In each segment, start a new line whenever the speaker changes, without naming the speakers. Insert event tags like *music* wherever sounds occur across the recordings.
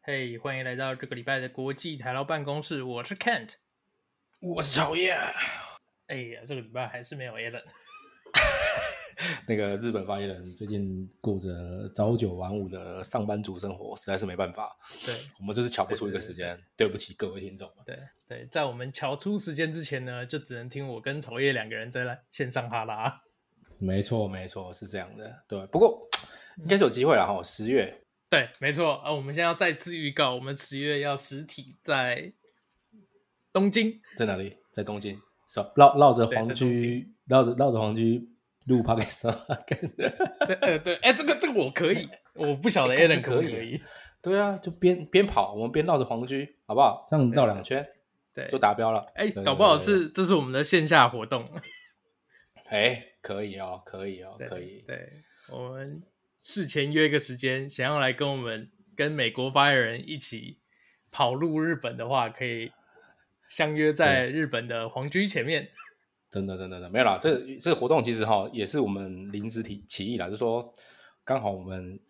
嘿欢迎来到这个礼拜的国际台劳办公室，我是 Kent。
我是讨厌。
哎呀，这个礼拜还是没有 Alan。
那个日本发言人最近过着朝九晚五的上班族生活，实在是没办法。
对
我们就是瞧不出一个时间，对不起各位听众们。
对对，在我们瞧出时间之前呢，就只能听我跟丑叶两个人在那线上哈拉。
没错，没错，是这样的。对，不过应该是有机会了哈。十月，
对，没错啊，我们现在要再次预告，我们十月要实体在东京。
在哪里？在东京，是吧？绕绕着
对在
黄
东
居，绕着绕着黄居录 *laughs* podcast。
对呃对，哎，这个这个我可以，我不晓得 Alan 可不可
这哎可
以。
对啊，就边边跑，我们边绕着黄居，好不好？这样绕两圈
对，
就达标了。
哎，
对
搞不好是这是我们的线下活动。
哎，可以哦，可以哦，
对
可以。
对，我们事前约个时间，想要来跟我们跟美国发言人一起跑路日本的话，可以相约在日本的皇居前面。
真的，真的，真的没有啦。这个这个活动其实哈，也是我们临时提起议啦，就说刚好我们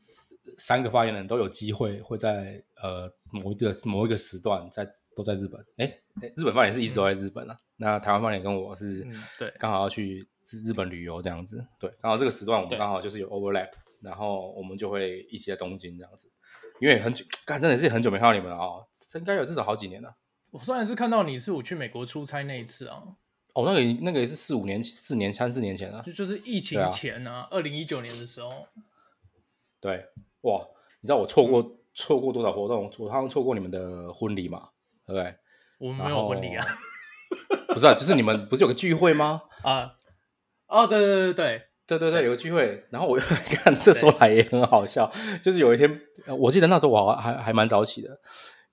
三个发言人都有机会会在呃某一个某一个时段在都在日本。哎，诶日本发言人是一直都在日本啊，那台湾发言人跟我是
嗯对
刚好要去日日本旅游这样子。对，刚好这个时段我
对
们刚好就是有 overlap，然后我们就会一起在东京这样子。因为很久，干真的是很久没看到你们了哦，应该有至少好几年了。
我上一次看到你是我去美国出差那一次啊，
哦，那个也那个也是四五年、四年、三四年前了、
就就是疫
对
情
啊
前啊，二零一九年的时候。
对，哇，你知道我错
嗯
过错过多少活动？我好像错过你们的婚礼嘛，对不对？
我们没有婚礼啊
不是啊，就是你们不是有个聚会吗？
啊！哦，对对对对
对对对，有个聚会。然后我又 *laughs* 看，这说来也很好笑，就是有一天，呃我记得那时候我好还还蛮早起的。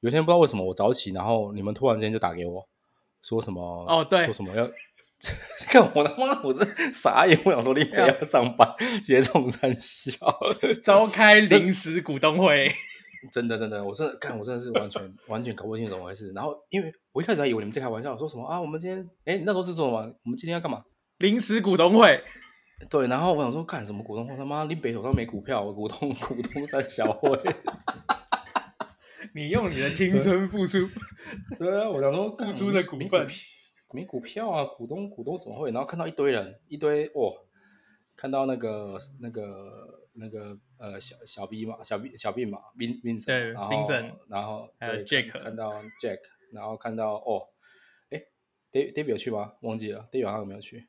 有一天不知道为什么我早起，然后你们突然间就打给我，说什么
哦对
说什么要。 *laughs* 看我他妈，我这傻眼！我想说，你不
啊
要上班， *laughs* 直接冲山笑。
对，召开临时股东会。
真的真的，我真的干，我真的是完全完全搞不清楚怎么回事。然后因为我一开始还以为你们在开玩笑，说什么啊，我们今天哎、你那时候是说什么？我们今天要干嘛？
临时股东会，
对，然后我想说干什么股东会？他妈林北手上没股票，股东 *laughs* 股东在小会。
你用你的青春付出， *laughs*
*laughs* 对啊，我想说
付出的股份
没股票啊，股东股东怎么会？然后看到一堆人，一堆哦，看到那个那个那个呃小小 B 嘛，小 B 小 B 嘛，冰冰神，
对
然后
冰神
然后
还有
对
Jack
看看到 Jack，然后看到哦，哎，Dave Dave 有去吗？忘记了，Dave 好像有没有去？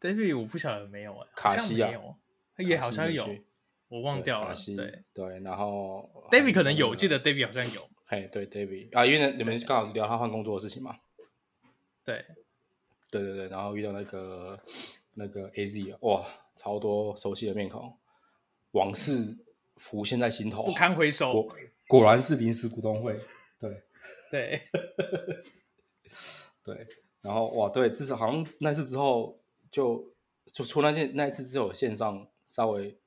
David，我不晓得有没有哎、
卡
好像
西
没
亚
有，哎也好像
卡西
有
没去，
我忘掉
对卡
了。
西
对
对，然后
，David 可能有，记
得，
得 David 好像有。
哎，对 David 啊，因为你们刚好聊他换工作的事情嘛，
对，
对对对，然后遇到那个那个 AZ，哇，超多熟悉的面孔，往事浮现在心头。
不堪回首
果。果然是临时股东会，对
对，
对，然后哇，对，至少好像那次之后就就除了那件那一次之后，线上稍微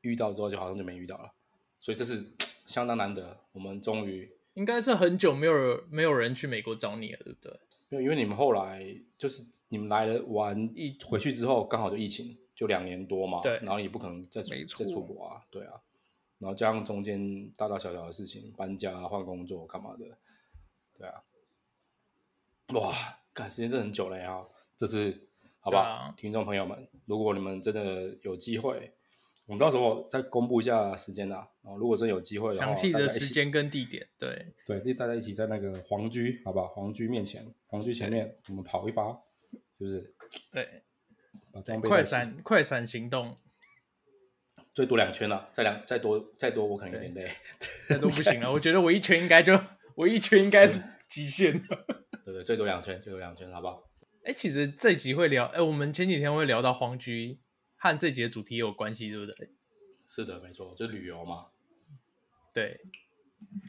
遇到之后，就好像就没遇到了，所以这是相当难得，我们终于
应该是很久没有人没有人去美国找你了，对不对？
因为因为你们后来就是你们来了玩
疫
一回去之后，刚好就疫情，就两年多嘛，
对
然后也不可能再出
没错
再出国啊，对啊，然后加上中间大大小小的事情，搬家、换工作干嘛的，对啊，哇，干时间真的很久了呀，这次好不好？
对啊
听众朋友们，如果你们真的有机会，我们到时候再公布一下时间啦。然后如果真有机会的话，
详细
大家
的
一起
时间跟地点，对，
对，就大家一起在那个皇居，好不好？皇居面前，皇居前面，我们跑一发，是不是？
对，
把装备
快
带齐
闪快闪行动，
最多两圈了、再两再多再多，我可能有点累。
这都不行了。我觉得我一圈应该就我一圈应该
*laughs*
是极限了。
对对，最多两圈，最多两圈，好不好？
哎、其实这集会聊，哎、我们前几天会聊到黄居，和这集的主题有关系，对不对？
是的，没错，就旅游嘛，
对，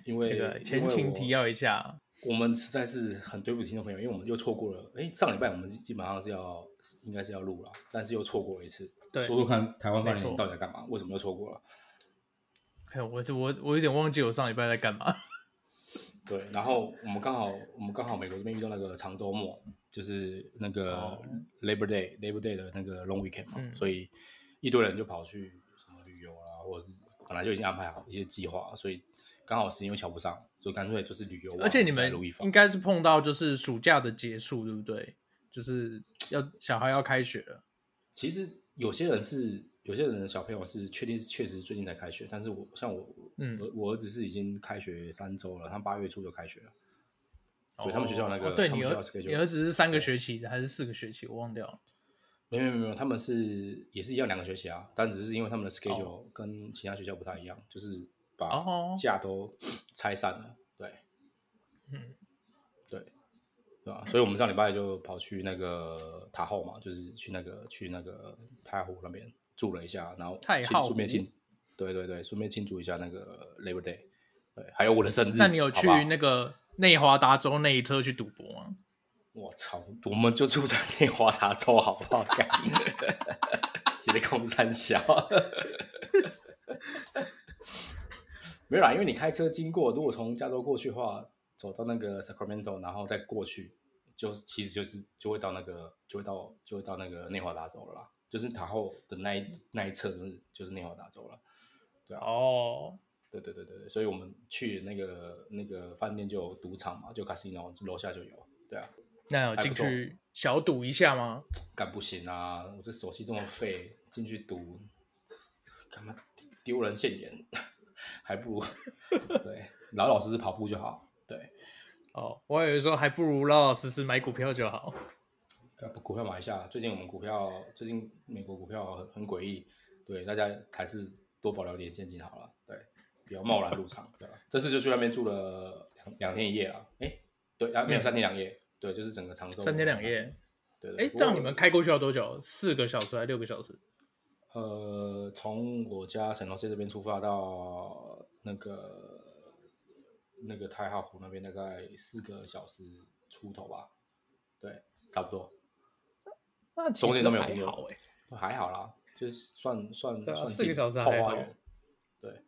因为
这个前情提，
因为
要一下，
我我们实在是很对不起听众朋友，因为我们又错过了。哎，上礼拜我们基本上是要应该是要录了，但是又错过了一次。
对
说说看，台湾
没
饭
错
店到底在干嘛？为什么又错过了？
看我这我我有点忘记我上礼拜在干嘛。
对，然后我们刚好我们刚好美国这边遇到那个长周末，就是那个
哦
Labor Day、Labor Day 的那个 Long Weekend 嘛，
嗯
所以啊一堆人就跑去什么旅游啦，或者是本来就已经安排好一些计划，所以刚好时间又瞧不上，所以干脆就是旅游网。
而且你们
录一房
应，该是碰到就是暑假的结束，对不对？就是要小孩要开学了，
其实有些人是有些人的小朋友是确定确实最近才开学，但是我像我，
嗯
我我儿子是已经开学三周了，他八月初就开学了。对他们学校那个
哦对
他
你
们学校
儿
schedule
你儿子是三个学期的还是四个学期？我忘掉了。
没有没有没有，他们是也是一样两个学期啊，但只是因为他们的 schedule 跟其他学校不太一样，就是把
哦
假都拆散了。对，
嗯
对，对吧、所以我们上礼拜就跑去那个塔后嘛，就是去那个去那个太湖那边住了一下，然后
太
庆
浩湖
顺便庆，对对对，顺便庆祝一下那个 Labor Day，对，还有我的生日。
那你有
好
去
不好
那个内华达州那一侧去赌博吗？
我操，我们就住在内华达州好不好？干写的空山小，没有啦，因为你开车经过，如果从加州过去的话，走到那个 Sacramento，然后再过去，就其实就是就会到那个就会到就会到那个内华达州了啦，就是塔后的那一那一侧就是就是内华达州了。
哦，
对对对对对，所以我们去那个那个饭店就有赌场嘛，就 casino 楼下就有，对啊。
那有进
还不错
去小赌一下吗？
干不行啊！我这手气这么废，进去赌，干嘛丢人现眼？还不如对老老实实跑步就好。对，
哦，我以为说还不如老老实实买股票就好。
干股票买一下。最近我们股票，最近美国股票很很诡异，对大家还是多保留点现金好了。对，不要贸然入场，对吧？这次就去那边住了两两天一夜啊。哎，对，啊没有
嗯
三天两夜，对，就是整个常州
三天两。夜，
对对。
哎，
不
这样
过
你们开过去要多久？四个小时还是六个小时？
呃，从我家沈龙街这边出发到那个那个太浩湖那边，大概四个小时出头吧，对，差不多，
那其
中间
实
都没有
还
停留
好哎。
还好啦，就是算算
对啊
算
四个
近
小时
后
还
花
好
园，对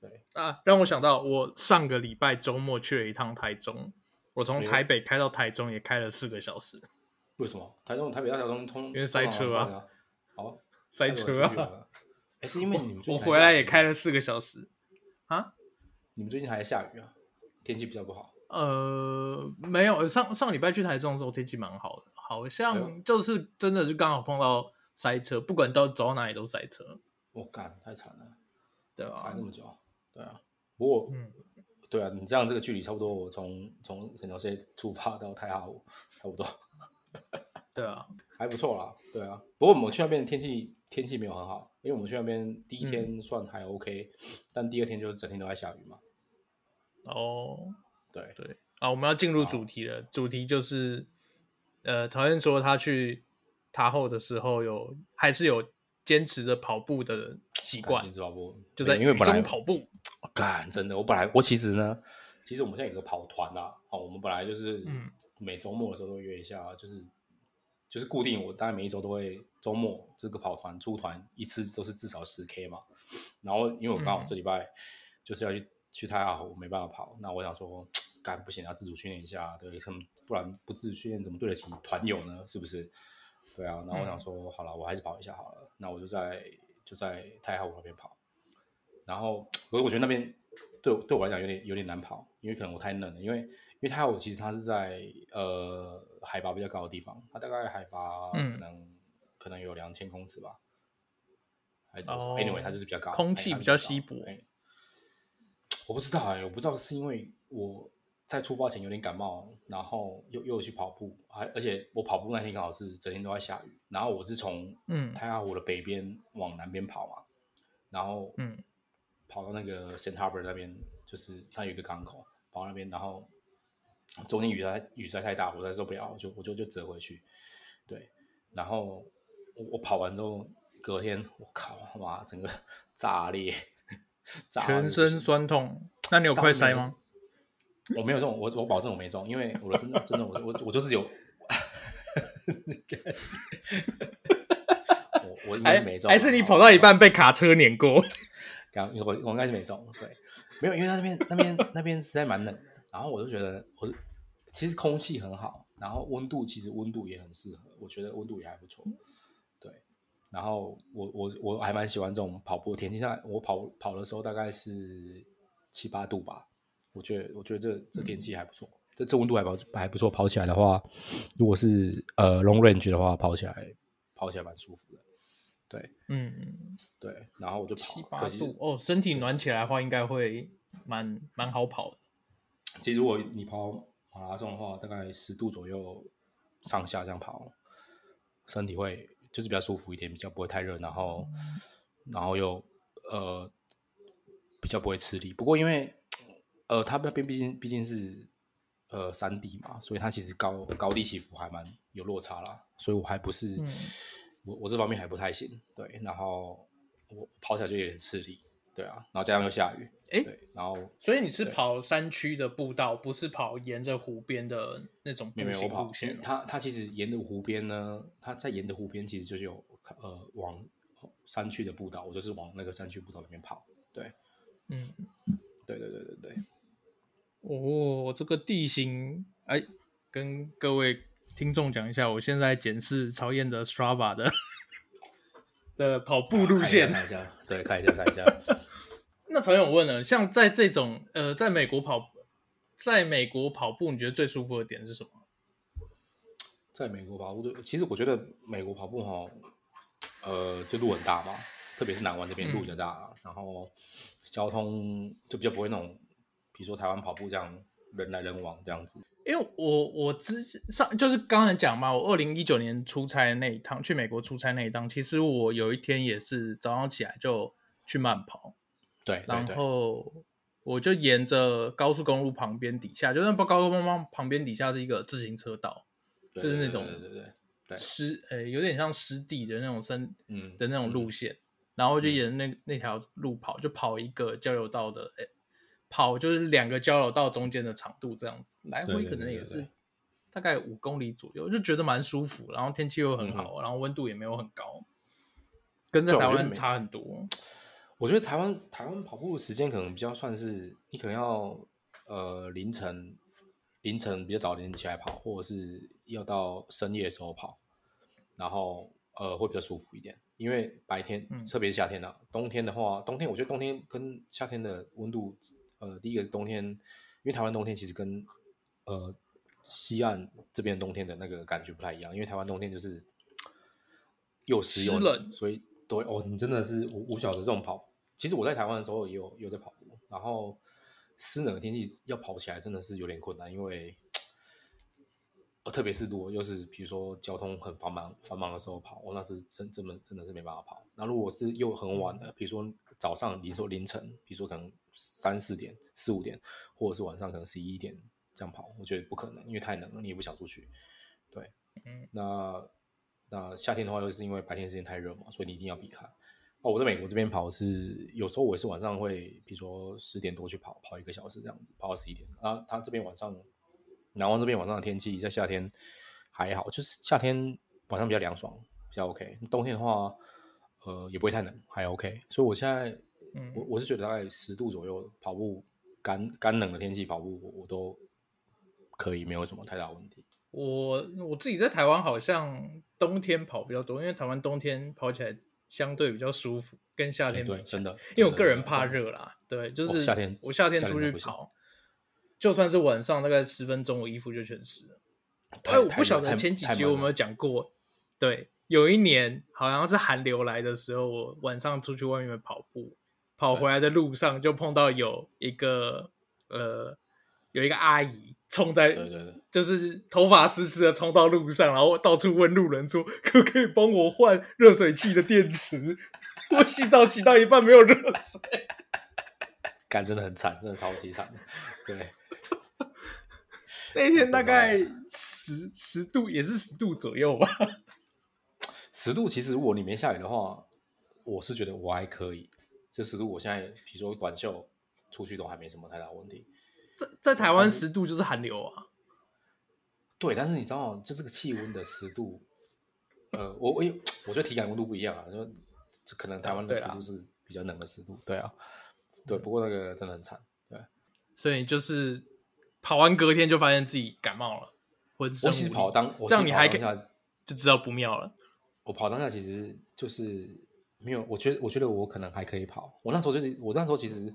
对，
啊，让我想到我上个礼拜周末去了一趟台中，我
哎
从
呦
台北开到台中也开了四个小时，
为什么台中台北大桥中通因
因为塞车啊，
好
塞车啊！！
哎，是因为你们最
我
近还
回
下
来
雨
也
吗
开，了四个小时啊，
你们最近还在下雨啊？天气比较不好，
呃，没有，上上礼拜去台中的时候天气蛮好的，好
哎呦
像就是真的是刚好碰到塞车，不管到走到哪里都塞车，
我干太惨了，
对
塞
吧
这？么久，对啊，不过
嗯，
对啊，你这样这个距离差不多，我从从沈头县出发到太哈湖，差不多
对啊，
还不错啦。对啊，不过我们去那边天气天气没有很好，因为我们去那边第一
嗯
天算还 OK，、但第二天就是整天都在下雨嘛。
哦，
对，
啊，我们要进入主题了。主题就是，呃，曹燕说他去塔后的时候有还是有坚持着跑步的习
干
惯
天，气跑步
就在
对因为
雨
本来
中跑步。
我干真的，我本来我其实呢，其实我们现在有个跑团啦、哦，我们本来就是
嗯
每周末的时候都会约一下，啊就是就是固定我大概每一周都会周末这个跑团出团一次都是至少十 K 嘛，然后因为我刚好
嗯
这礼拜就是要去、去太好，我没办法跑，那我想说干不行，要自主训练一下，啊对，什么不然不自主训练怎么对得起团友呢？是不是？对啊，然后我
嗯
想说，好了，我还是跑一下好了，那我就在就在太浩湖那边跑，然后可是我觉得那边对我对我来讲有点有点难跑，因为可能我太嫩了，因为因为太浩湖其实它是在呃海拔比较高的地方，它大概海拔可
嗯
能、可能有两千公尺吧，还多少、
哦
a n y w a y 它就是比较高，
空
哎
气
它
比
就
较
高
稀薄
哎我不知道哎、我不知道是因为我在出发前有点感冒，然后又又有去跑步，还而且我跑步那天刚好是整天都在下雨，然后我是从
嗯
太阳湖的北边往南边跑嘛，然后
嗯
跑到那个 Saint Harbor 那边，就是它有一个港口，跑到那边，然后中间雨在雨实在太大，我实在受不了，我就我就就折回去，对，然后我我跑完之后，隔天我靠，妈整个炸裂，炸裂
全
不
身
行
酸痛。那你有
倒
快
是没
塞
有
吗？
我没有中，我我保证我没中，因为我的真的真的我我我
*laughs*
就是有，我我应该是没中，
哎还
啊
是你跑到一半被卡车碾过？ *laughs*
刚我我应该是没中，对，没有，因为他那边那边那边实在蛮冷，然后我就觉得我其实空气很好，然后温度其实温度也很适合，我觉得温度也还不错，对，然后我我我还蛮喜欢这种跑步的天气，大概我跑跑的时候大概是七八度吧。我觉得，我觉得这这天气还不错，这这温度还不还不错，跑起来的话，如果是呃 long range 的话，跑起来跑起来蛮舒服的。对
嗯嗯，
对，然后我就
七
跑，
八
可惜
度哦，身体暖起来的话，应该会蛮蛮好跑的。
其实如果你跑马拉松的话，大概十度左右上下这样跑，身体会就是比较舒服一点，比较不会太热，然后然后又呃比较不会吃力。不过因为呃它那边毕竟毕竟是呃山地嘛，所以它其实高高低起伏还蛮有落差啦，所以我还不是、
嗯
我我这方面还不太行，对，然后我跑起来就有点吃力，对啊，然后加上又下雨，
诶
对，然后。
所以你是
对
跑山区的步道，不是跑沿着湖边的那种
没有
步
没有，我
行
跑
路线哦。
它它其实沿着湖边呢，它在沿着湖边其实就是有呃往山区的步道，我就是往那个山区步道里面跑。对
嗯，
对对对对对，
哦，这个地形，哎，跟各位听众讲一下，我现在检视曹燕的 Strava 的的跑步路线。
看一下，看一下对，看一下看一下。
那曹燕，我问了，像在这种呃，在美国跑，在美国跑步，你觉得最舒服的点是什么？
在美国跑步，就其实我觉得美国跑步哈，呃，就路很大嘛，特别是南湾这
嗯
边路比较大啦，然后交通就比较不会那种，比如说台湾跑步这样人来人往这样子。
因为我我之前上就是刚才讲嘛，我二零一九年出差那一趟去美国出差那一趟，其实我有一天也是早上起来就去慢跑，
对对
然
对，
后我就沿着高速公路旁边底下，就是不高速公路旁边底下是一个自行车道，
对
就是
对
那种
对对对对，对
湿呃有点像湿地的那种深
嗯，
的那种路线，然后就沿着那那条路跑，就跑一个交流道的，诶跑就是两个交流道中间的长度这样子，来回
对对
可能
对
也
对
是
对
大概五公里左右，就觉得蛮舒服，然后天气又很好，然后温度也没有很高，跟在
嗯对我
台
觉得
湾
没
差很多。
我觉得台湾台湾跑步的时间可能比较算是你可能要呃凌晨凌晨比较早点起来跑，或者是要到深夜的时候跑，然后呃会比较舒服一点。因为白天
嗯，
特别是夏天啊，冬天的话，冬天我觉得冬天跟夏天的温度，呃，第一个是冬天，因为台湾冬天其实跟呃西岸这边冬天的那个感觉不太一样，因为台湾冬天就是又湿又
湿冷
所以对哦，你真的是我我不晓得这种跑。其实我在台湾的时候也有也有在跑步，然后湿冷的天气要跑起来真的是有点困难，因为呃特别是如果又是比如说交通很繁忙繁忙的时候跑，哦我、那是真真的真的是没办法跑。那如果是又很晚的，比如说早上，你说凌晨，比如说可能三四点、四五点，或者是晚上可能十一点这样跑，我觉得不可能，因为太冷了，你也不想出去。对，
嗯，
那那夏天的话，又是因为白天时间太热嘛，所以你一定要避开。哦，我在美国这边跑是有时候我也是晚上会，比如说十点多去跑，跑一个小时这样子，跑到十一点。啊，他这边晚上，南湾这边晚上的天气在夏天还好，就是夏天晚上比较凉爽，比较 OK。冬天的话，呃，也不会太冷，还 OK。所以我现在，
嗯
我我是觉得大概十度左右跑步，干干冷的天气跑步，我我都可以，没有什么太大问题。
我我自己在台湾好像冬天跑比较多，因为台湾冬天跑起来相对比较舒服，跟夏天比
哎对，
起来
真的，
因为
真
我
的
个人
真的
怕
真的
热啦，对，就
哦
是
夏天
我夏天
夏天
出
真
去
的不行
跑，就算是晚上大概十分钟，我衣服就全湿了。
太
哎，我
太
不晓
闷
得
太
前几
太
集
闷
我们
了
有讲过，对，有一年好像是寒流来的时候，我晚上出去外面跑步，跑回来的路上就碰到有一个呃有一个阿姨冲在
对对对，
就是头发湿湿的冲到路上，然后到处问路人说：“ *laughs* 可不可以帮我换热水器的电池？ *laughs* 我洗澡洗到一半没有热水。
干真的很惨，真的超级惨的。对，”
*laughs* 那天大概 *laughs* 十十度，也是十度左右吧。
十度其实如果你没下雨的话，我是觉得我还可以。这十度我现在比如说短袖出去都还没什么太大问题。
在在台湾十度就是寒流啊。
对，但是你知道，就这个气温的湿度，呃，我我有我觉得体感温度不一样啊，就就可能台湾的
对啊
湿
啦
度是比较冷的湿度。对啊，对，不过那个真的很惨。对，
所以就是跑完隔天就发现自己感冒了，浑身
我
无
其实
力，
跑当，我
这样
其实
你
跑
还
当
可以
下
就知道不妙了。
我跑当下其实就是没有，我觉得我觉得我可能还可以跑。我那时候就是我那时候其实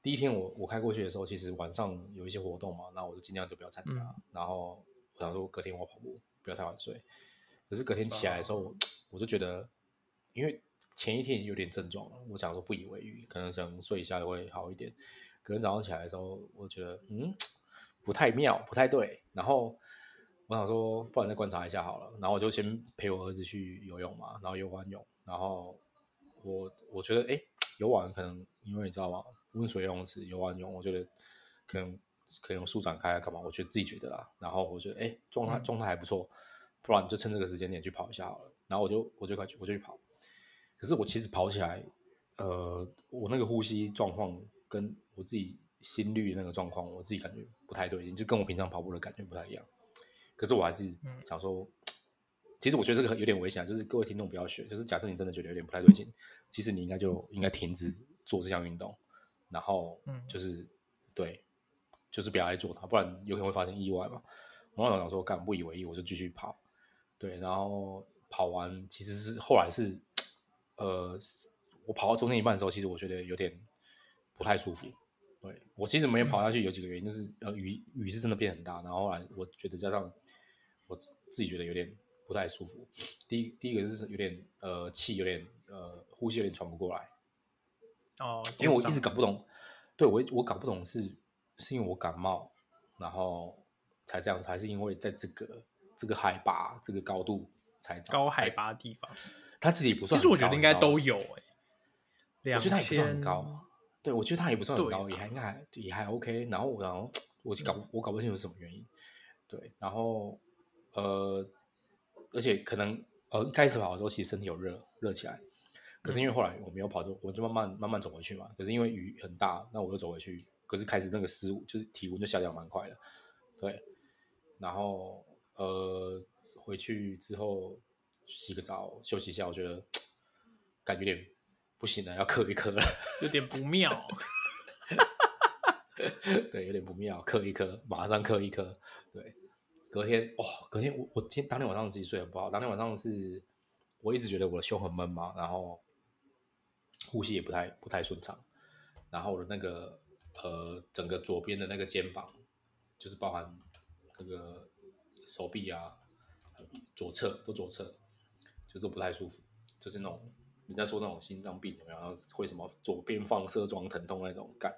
第一天我我开过去的时候，其实晚上有一些活动嘛，那我就尽量就不要参加。
嗯
然后我想说隔天我要跑步，不要太晚睡。可是隔天起来的时候，我我就觉得，因为前一天已经有点症状了，我想说不以为意，可能想睡一下会好一点。隔天早上起来的时候，我觉得嗯不太妙，不太对。然后我想说，不然再观察一下好了。然后我就先陪我儿子去游泳嘛，然后游完泳，然后我我觉得哎、诶游完可能因为你知道吗，温水游泳池游完泳，我觉得可能可能舒展开啊干嘛，我觉得自己觉得啦。然后我觉得哎状态
嗯
状态还不错，不然就趁这个时间点去跑一下好了。然后我就我就快去我就去跑，可是我其实跑起来，呃，我那个呼吸状况跟我自己心率那个状况，我自己感觉不太对劲，就跟我平常跑步的感觉不太一样。可是我还是
嗯
想说，其实我觉得这个有点危险啊，就是各位听众不要学。就是假设你真的觉得有点不太对劲，其实你应该就应该停止做这项运动，然后
嗯
就是、对，就是不要再做它，不然有可能会发生意外嘛。我那时候想说，干不以为意，我就继续跑。对，然后跑完其实是后来是，呃，我跑到中间一半的时候，其实我觉得有点不太舒服。对我其实没有
嗯
跑下去，有几个原因，就是呃雨雨是真的变很大，然后后来我觉得加上我自自己觉得有点不太舒服。第一第一个就是有点呃气有点呃呼吸有点喘不过来，
哦，
因为我
基
一
本上
直搞不懂，对我我搞不懂是是因为我感冒，然后才这样，还是因为在这个这个海拔这个高度才长
高海，
才
拔的地方，
它其实也不
其
算很高，
实我觉得应该
你知道吗
都有哎、欸，
我
两
觉得它也不算很
千
高，对我觉得它也不算很
对
高，也
啊嗯
还应该还也还 OK。然后我然后我就搞不我搞不清楚是什么原因，对，然后呃，而且可能呃一开始跑的时候其实身体有热热起来，
嗯
可是因为后来我没有跑，就我就慢慢慢慢走回去嘛。可是因为雨很大，那我就走回去，可是开始那个湿就是体温就下降蛮快的，对，然后呃回去之后洗个澡休息一下，我觉得感觉有点不行了，要 *laughs* 克一克了。
有点不妙。
对，有点不妙，磕一磕，马上磕一磕。对，隔天哇、隔天我我今天当天晚上自己睡得不好，当天晚上是我一直觉得我的胸很闷嘛，然后呼吸也不太不太顺畅，然后我的那个呃整个左边的那个肩膀，就是包含那个手臂啊，左侧都左侧，就是不太舒服，就是那种。人家说那种心脏病有没有？然后会什么左边放射状疼痛那种感，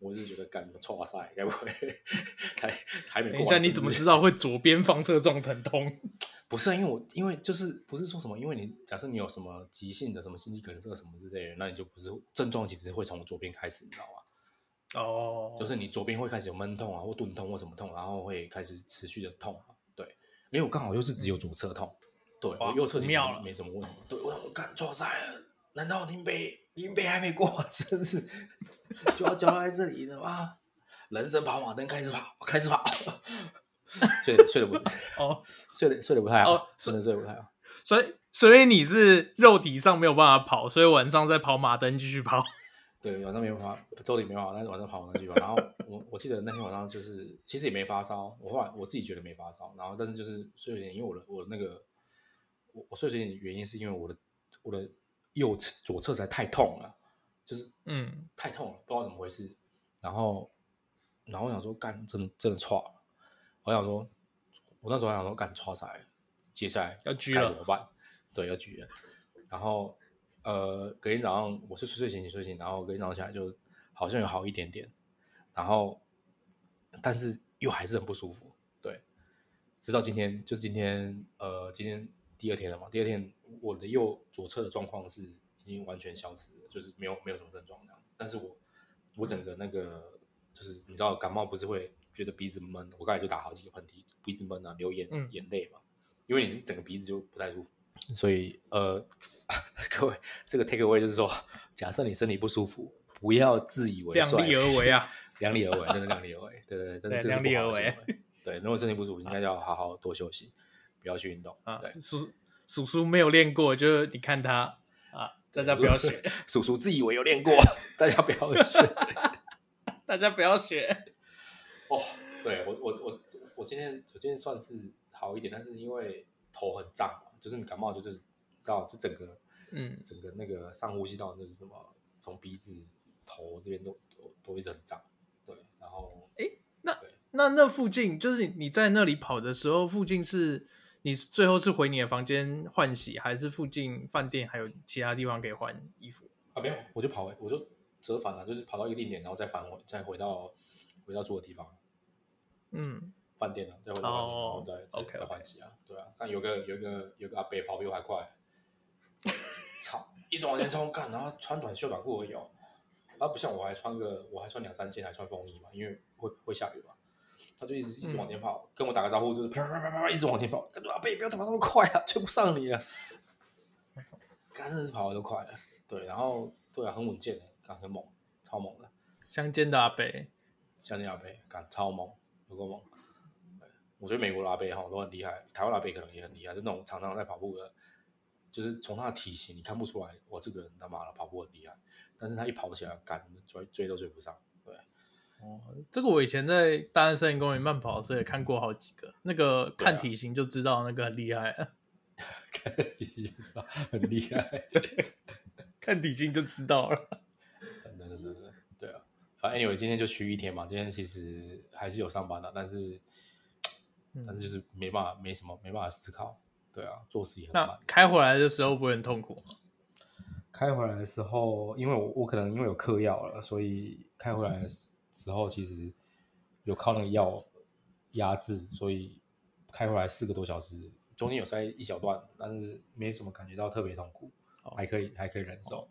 我是觉得干错赛，该不会 *laughs* 才还没
等
过完
一下，
生
你怎么
日
知道会左边放射状疼痛？
不是啊，因为我因为就是不是说什么，因为你假设你有什么急性的什么心肌梗塞什么之类的，那你就不是症状，其实会从左边开始，你知道吗？
哦，
就是你左边会开始有闷痛啊，或钝痛或什么痛，然后会开始持续的痛嘛。对，因为我刚好又是只有左侧痛，对
哇
我右侧
不
其实
妙了
没什么问题。对，我想我干错赛了，难道林北林北还没过 *laughs* 完生日就要交代在这里了吗？人生跑马灯开始跑，开始跑， *laughs* 睡睡得不
哦，
睡得睡得不太好，
哦
真的睡得不太好。
所以所以你是肉体上没有办法跑，所以晚上再跑马灯继续跑。
对，晚上没有跑，周里没有跑，但是晚上跑完去吧。然后我我记得那天晚上就是，其实也没发烧，我后来我自己觉得没发烧，然后但是就是睡有点，因为我的我的那个我我睡有点原因是因为我的我的右侧左侧实在太痛了，就是
嗯，
太痛了，不知道怎么回事。然后然后我想说干真的真的错了，我想说我那时候还想说干错啥了，接下来
要狙
该
了
怎么办？对，要举了。然后呃，隔天早上我是睡睡醒醒睡醒，然后隔天早上起来就好像有好一点点，然后但是又还是很不舒服，对，直到今天就今天呃今天第二天了嘛，第二天我的右左侧的状况是已经完全消失了，就是没有没有什么症状这样，但是我我整个那个就是你知道感冒不是会觉得鼻子闷，我刚才就打好几个喷嚏，鼻子闷啊，流眼、
嗯
眼泪嘛，因为你是整个鼻子就不太舒服。所以呃， *laughs* 各位，这个 take away 就是说，假设你身体不舒服，不要自以为
量
帅，
力而为 *laughs* 啊，
量力而为，真的量力而为，对对对，真的
对
这是
量力
不
而
好的
为嗯
行为。对，如果身体不舒服，应该要好好多休息，不要去运动。
啊
对，，
叔叔叔没有练过，就是你看他啊，大家不要学，
*laughs* 叔叔自以为有练过，大家不要学。
*laughs* 大家不要学。
哦，对我我我我今天我今天算是好一点，但是因为头很胀嘛，就是你感冒就是知道，就整个
*laughs* 嗯
整个那个上呼吸道就是什么，从鼻子、头这边都都一直很涨。对，然后
那那附近就是你在那里跑的时候，附近是你最后是回你的房间换洗，还是附近饭店还有其他地方可以换衣服？
啊没有，我就跑回，我就折返了，就是跑到一个地点，然后再返回，再回到回到住的地方。
嗯，
饭店啊，再回到饭店，然后
哦
再再
OK，OK
再换洗啊，对啊。但有个有个有个阿伯跑比我还快，操，一直往前冲干，然后穿短袖短裤而已哦，然后不像我还穿个我还穿两三件，还穿风衣嘛，因为会会下雨嘛。他就一直一直往前
嗯
跑，跟我打个招呼，就是啪啪啪啪啪一直往前跑。干阿伯不要跑那么快啊，追不上你啊！
嗯
干真的是跑得都快了，啊对，然后对啊，很稳健的，干很猛，超猛的。
相见的阿北，
像那阿贝，敢超猛，有够猛。我觉得美国的阿贝哈都很厉害，台湾的阿贝可能也很厉害，就那种常常在跑步的，就是从他的体型你看不出来，哇，这个人他妈的跑步很厉害，但是他一跑起来，敢追追都追不上。
哦，这个我以前在大安森林公园慢跑的时候也看过好几个，那个
对啊
看体型就知道那个很厉害了，
很厉害，
*laughs* 看体型就知道了。
真的真的真的，对啊。反正 anyway，今天就休一天嘛，今天其实还是有上班的，但是但是就是没办法，没什么没办法思考，对啊，做事也很慢
*laughs* 那。开回来的时候不会很痛苦吗？
开回来的时候，因为我我可能因为有嗑药了，所以开回来的时候其实有靠那个药压制，所以开回来四个多小时，中间有塞一小段，但是没什么感觉到特别痛苦，
哦
还可以还可以忍受。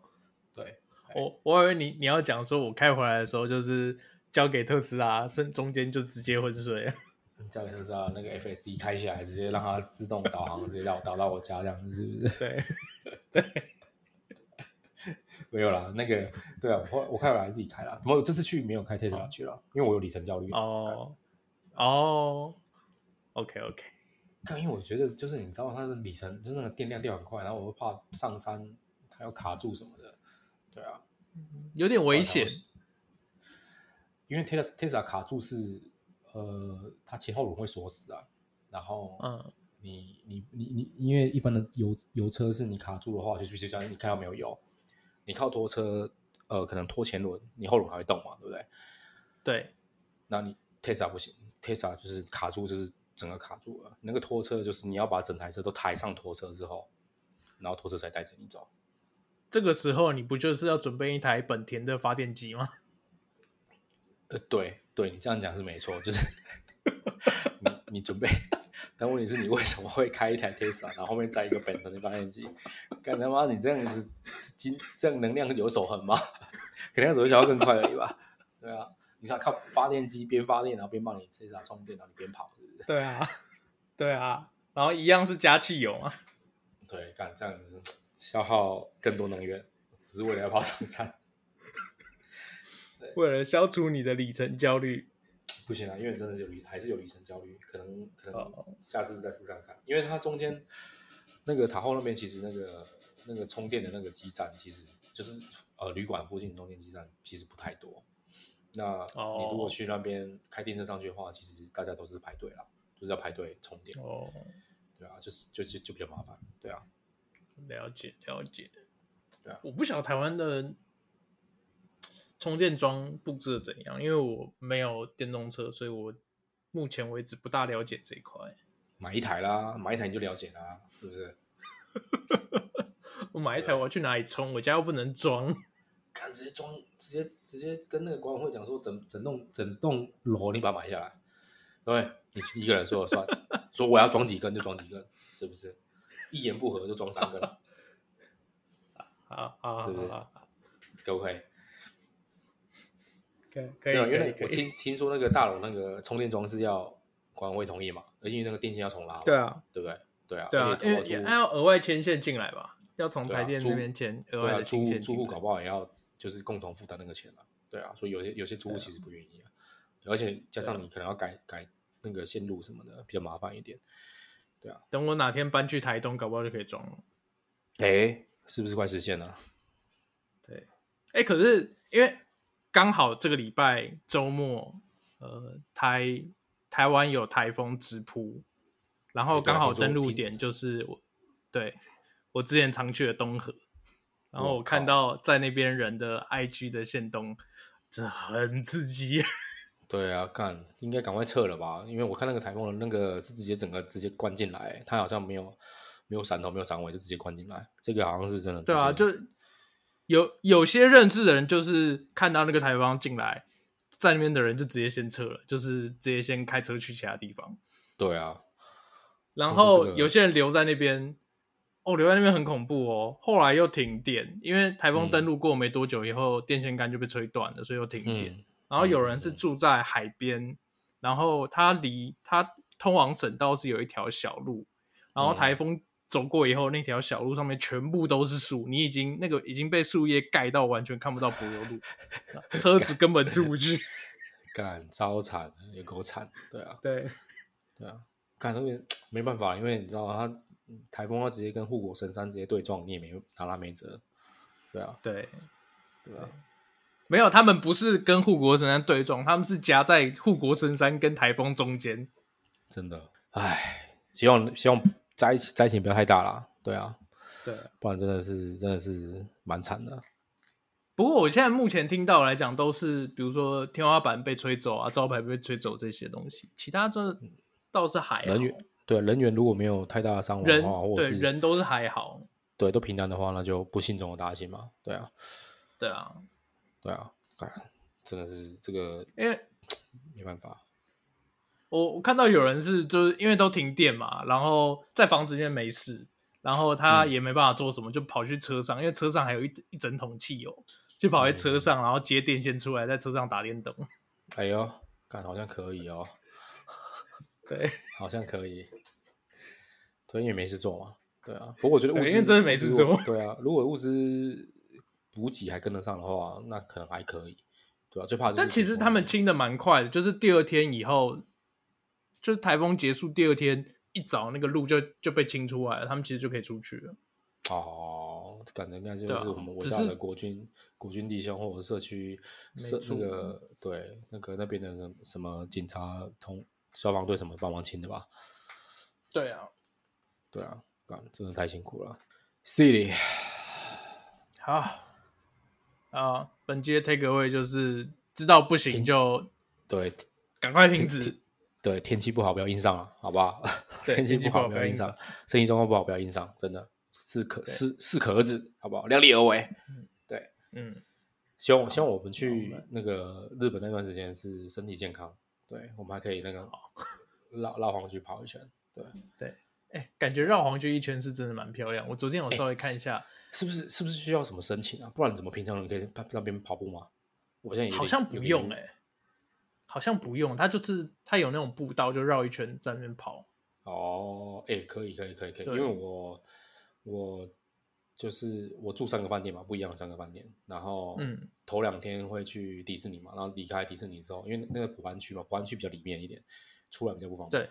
对，
我我以为你你要讲说我开回来的时候就是交给特斯拉，中中间就直接昏睡了。
交给特斯拉那个 FSD 开起来，直接让它自动导航，直接让我导到我家这样子，是不是？ *laughs*
对，
没有啦，那个对啊，我后来我开回来自己开啦，我这次去没有开特斯拉去了，因为我有里程焦虑。
*laughs*
啊
哦哦，OK OK，
看，因为我觉得就是你知道它的里程，就是那个电量掉很快，然后我又怕上山它要卡住什么的，对啊，
有点危险
然后因为 Tesla Tesla 卡住是呃，它前后轮会锁死啊，然后
嗯
你你你你，因为一般的油油车是你卡住的话，就是就像你看到没有油，你靠拖车呃，可能拖前轮，你后轮还会动嘛，对不对？
对，
那你 Tesla 不行，Tesla 就是卡住，就是整个卡住了。那个拖车就是你要把整台车都抬上拖车之后，然后拖车才带着你走。
这个时候你不就是要准备一台本田的发电机吗？
呃，对，对你这样讲是没错，就是 *laughs* 你你准备，但问题是你为什么会开一台 Tesla，然后后面载一个本田的发电机？干他妈，你这样子，今这样能量有守恒吗？肯定要走小要更快而已吧？对啊，你想靠发电机边发电，然后边帮你 Tesla 充电，然后你边跑，是不是？
对啊， *laughs* 对啊，然后一样是加汽油嘛。
对，干这样子消耗更多能源，只是为了要跑上山，
为了消除你的里程焦虑，
不行啊，因为真的是有里还是有里程焦虑，可能可
哦
能下次再试上看，因为它中间那个塔后那边其实那个那个充电的那个基站，其实就是呃旅馆附近充电基站其实不太多。那你如
哦
果去那边开电车上去的话，其实大家都是排队啦，就是要排队充电，
哦，
对啊，就是就就就比较麻烦，对啊，
了解了解。
对啊
我不晓得台湾的充电桩布置的怎样，因为我没有电动车，所以我目前为止不大了解这一块。
买一台啦，买一台你就了解啦，是不是？
我买一台，
啊
我要去哪里充？我家又不能装。
看直接装，直接直接跟那个管委会讲说，整整栋整栋楼你把它买下来，对不对？你一个人说了算，说我要装几根就装几根，是不是？一言不合就装三根，
好好好
是不是
好，好
可不可以？
可以 *laughs* 可
没
以
有，因
可以
为
可
我
以。
听听说那个大楼那个充电桩是要管委会同意嘛，而且那个电线要重拉嘛，
对啊，
对不对？对啊，
对啊
而，且
因为
搞不好住
也还要额外牵线进来吧，要从
对啊
台电
租
那边牵额
对
外
啊，
的
租
牵
户
线
租
进
户
来。
搞不好也要就是共同负担那个钱了、对啊，所以有些有些租户其实不愿意啊，对而且加
啊
上你可能要改改那个线路什么的，比较麻烦一点。
等我哪天搬去台东，搞不好就可以装了。
哎、是不是快实现了？
对，哎，可是因为刚好这个礼拜周末，呃，台台湾有台风直扑，然后
哎对啊
刚好
听说
登陆
听
点就是我，对我之前常去的东河，然后
我
我看
靠
到在那边人的 IG 的线动，这很刺激。 *laughs*
对啊，干应该赶快撤了吧，因为我看那个台风的那个是直接整个直接灌进来，它好像没有没有闪头没有闪尾就直接灌进来，这个好像是真的。
对啊，
直接
就有有些认识的人，就是看到那个台方进来，在那边的人就直接先撤了，就是直接先开车去其他地方。
对啊，
然
哦
后
这个
有些人留在那边，哦，留在那边很恐怖哦。后来又停电，因为台风
嗯
登陆过没多久以后，电线杆就被吹断了，所以又停电。
嗯
然后有人是
嗯嗯
住在海边，然后他离他通往省道是有一条小路，然后
嗯
台风走过以后，那条小路上面全部都是树，你已经那个已经被树叶盖到完全看不到柏油路， *laughs* 车子根本出不去。 *laughs*
干超惨，也够惨，对啊。
对，
对啊，看那边没办法，因为你知道它嗯台风要直接跟护国神山直接对撞，你也没拿他没辙。对啊，
对，
对啊，
没有，他们不是跟护国神山对撞，他们是夹在护国神山跟台风中间。
真的，唉，希望希望灾灾情不要太大啦。对啊，
对，
不然真的是真的是蛮惨的。
不过我现在目前听到来讲，都是比如说天花板被吹走啊，招牌被吹走这些东西，其他这倒是还好
嗯人员对人员如果没有太大的伤亡
人
的话，或者
对
是
人都是还好，
对都平安的话，那就不幸中的大幸嘛。对啊，
对啊，
对啊，干真的是这个
因为
没办法。
我我看到有人是就是因为都停电嘛，然后在房子里面没事，然后他
嗯
也没办法做什么，就跑去车上，因为车上还有一一整桶汽油，就跑去车上，然后接电线出来，在车上打电动。
哎呦，干好像可以哦。
*laughs* 对，
好像可以。对，因为没事做嘛。对啊，不过我觉得物
对
资
因为真的没事做
如果对啊，如果物资补给还跟得上的话，那可能还可以。对啊，最怕就是
但其实他们清的蛮快的，就是第二天以后，就是台风结束第二天一早，那个路就就被清出来了，他们其实就可以出去了。
哦，感觉应该就
对啊
是我们伟
只
大
是
的国军国军弟兄或者社区
没
社那
错嗯
个对那个那边的人什么警察同消防队什么帮忙清的吧？
对啊，
对啊，干真的太辛苦了。City，
好啊，本期的 take away 就是知道不行就
对
赶快停止。
对，天气不好不要硬上了，好不好？ *laughs*
对
天气
天气
不
不
好
好
不
不
要
要
硬
硬
上
上，
生意状况不好不要硬上，真的适可
对
适适可而止，好不好？量力而为。
嗯，
希望希望我们去
好我们
那个日本那段时间是身体健康，对我们还可以那个绕绕黄去跑一圈，对，
哎、感觉绕黄区一圈是真的蛮漂亮。我昨天有
哎
稍微看一下，
是不是是不是需要什么申请啊？不然怎么平常人可以在那边跑步吗？我现在有点
好像不用哎、
哎、
好像不用，它就是它有那种步道，就绕一圈在那边跑。
哦，哎、可以可以可以可以，因
对
为我我就是我住三个饭店嘛，不一样的三个饭店，然后
嗯
头两天会去迪士尼嘛，然后离开迪士尼之后，因为那个浦湾区嘛，浦湾区比较里面一点，出来比较不方便。
对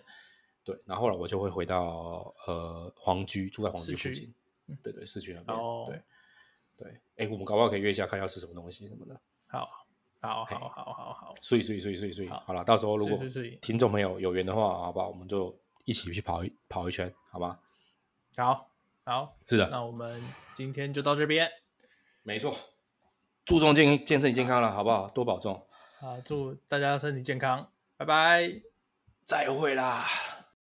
对，然后后来我就会回到呃皇居，住在皇居
市
附
区
近
嗯，
对对，市区那边，
哦
对对，哎，我们搞不好可以约一下，看要吃什么东西什么的。
好，好，
嘿
好，好，好，好，
所以所以所以所以所以，
好
好了，到时候如果
所以所以所以
听众朋友有缘的话，好吧，我们就一起去跑一跑一圈，好吗？
好，好，
是的，
那我们今天就到这边
没错，注重健健身体健康了，好不好？多保重，
啊！祝大家身体健康，拜拜。
再会啦。